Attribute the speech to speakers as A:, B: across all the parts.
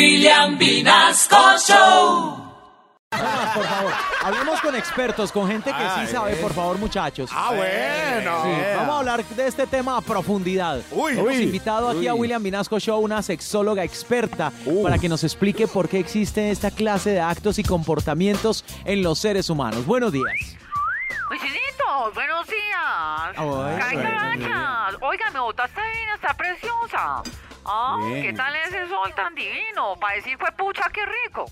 A: William Vinasco Show.
B: Personas, por favor, hablemos con expertos, con gente que sí sabe, por favor, muchachos.
C: eh. Ah, bueno.
B: Sí, Vamos a hablar de este tema a profundidad.
C: Uy.
B: Hemos
C: Uy.
B: invitado aquí a William Vinasco Show, una sexóloga experta, para que nos explique por qué existen esta clase de actos y comportamientos en los seres humanos. Buenos días.
D: Luisinito, buenos días.
B: Ah, bueno,
D: Ay, carachas. Oiga, me botaste bien, está preciosa. Ah, ¿qué tal ese sol tan divino? Para decir fue pucha, qué rico.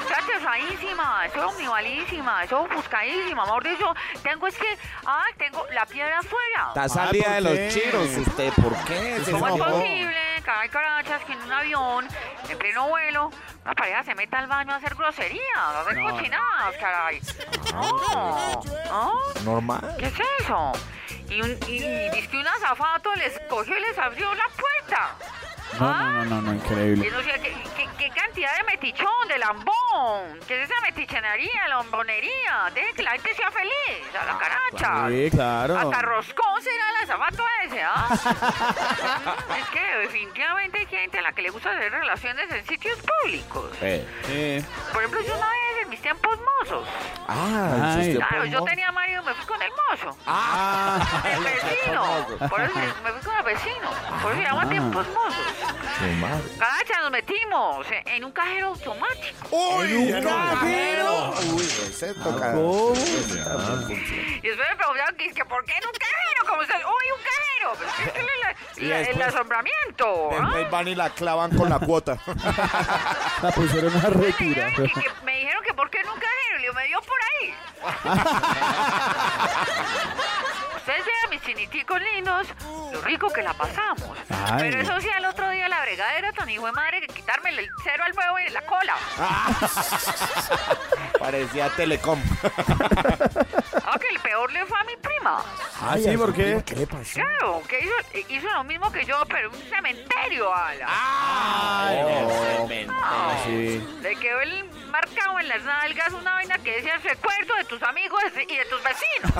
D: Está tesadísima, estoy omnivalísima, estoy buscadísima. Mejor dicho, tengo es que, ah, tengo la piedra afuera.
C: Ah,
E: Está salida de los chiros usted, ¿por qué?
C: Pues
E: Se
D: ¿Cómo es
E: enojó.
D: posible, caray, carachas, que en un avión, en pleno vuelo, una pareja se meta al baño a hacer groserías, a hacer cochinadas, caray? No, no.
E: Normal.
D: ¿Qué es eso? Y, un, y, y dice que un azafato les cogió y les abrió la puerta. No, no, no, increíble. ¿qué, qué, qué cantidad de metichón, de lambón? ¿Qué es esa metichenaría, lombonería? Deje que la gente sea feliz, a la caracha.
E: claro.
D: Hasta roscón será el azafato ese, ¿ah? Mm, es que definitivamente hay gente a la que le gusta hacer relaciones en sitios públicos.
E: Eh,
D: Por ejemplo, yo una vez en mis tiempos mozos.
E: Ah, usted
D: Claro,
E: por
D: yo
E: mo-
D: tenía marido, me fui con el mozo.
E: Ah,
D: El vecino. Por eso me fui con el vecino. Por eso se llama tiempos mozos.
E: Ah. su madre.
D: Cacha, nos metimos en un cajero automático.
C: Uy, ya no.
E: Uy, ese toca.
D: Y después me preguntaron que, que por qué en un cajero, como usted, uy, un cajero. Pero es que es el, el- el asombramiento. ¿ah?
C: Después van y la clavan con la cuota.
D: Me dijeron que, que- me dijeron que por qué en un cajero. Le digo, me dio por ahí. Ustedes vean mis chiniticos lindos, lo rico que la pasamos. Pero eso sí, al otro día la bregadera tan hijo de madre que quitarme el cero al huevo y la cola.
E: Parecía Telecom.
D: Aunque Ah, el peor le fue a mi prima.
C: ¿Ah, sí? ¿Por qué?
D: Claro, que hizo, hizo lo mismo que yo, pero en un cementerio, ala. Ah, Le quedó el marcado en las nalgas una vaina que decía el recuerdo de tus amigos y de tus vecinos.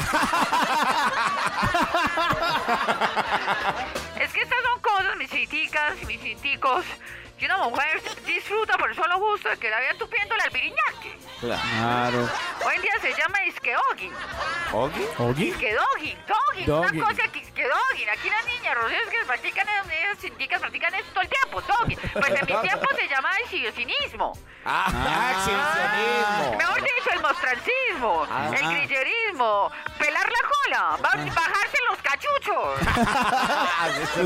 D: es que estas son cosas, mis chiticas y mis chiticos, que una mujer disfruta por el solo gusto de que la vean tupiéndole al viriñaque.
E: Claro.
D: Hoy en día se llama disqueogi. Que dogging, dogging,
E: Dogging.
D: una cosa que, que dogging. Aquí las niñas, Rocío, que practican, esas chicas practican esto todo el tiempo, dogging. Pues en mi tiempo se llamaba exhibicionismo.
E: Ah, exhibicionismo.
D: Ah, Mejor dicho, el mostrancismo, el grillerismo, pelar la cola, ba- bajarse los cachuchos.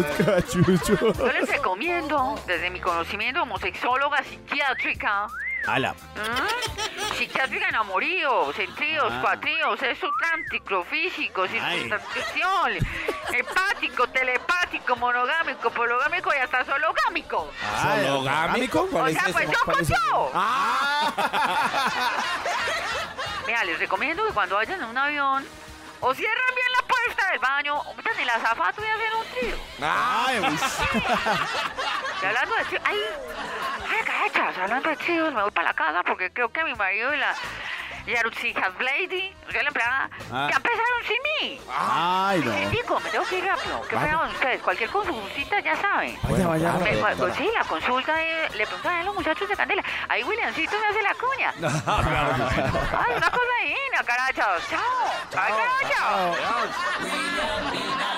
D: Yo les recomiendo, desde mi conocimiento como sexóloga psiquiátrica,
E: Ala.
D: ¿Mm? Psiquiátrica en amoríos, en tríos,
E: Ah.
D: cuatríos, eso trántico, físico, circunstancial, hepático, telepático, monogámico, pologámico y hasta sologámico.
E: ¿Sologámico?
D: O
E: ¿Cuál es
D: sea,
E: ese?
D: pues yo
E: ¿Cuál
D: con
E: es
D: yo.
E: Ah.
D: Mira, les recomiendo que cuando vayan en un avión, o cierran bien la puerta del baño, o metan el azafato y hacen un trío.
E: Ay, uy,
D: Y hablando de tríos, ay, ay, cachas, hablando de tríos, me voy para la casa porque creo que mi marido y la... Y a sus hijas, Blady, o sea, la empleada,
E: Ah.
D: ya empezaron sin mí.
E: Ay, no.
D: Chico, me tengo que ir rápido. ¿Qué pedaban ustedes? Cualquier consultita ya saben.
E: Vaya, vaya,
D: Me-
E: vaya.
D: pues sí, la consulta eh, le preguntan a los muchachos de Candela. Ahí Williamcito me hace la cuña. Ay, una cosa divina, carachas. Chao. Ay, carachas.
A: William Vinasco.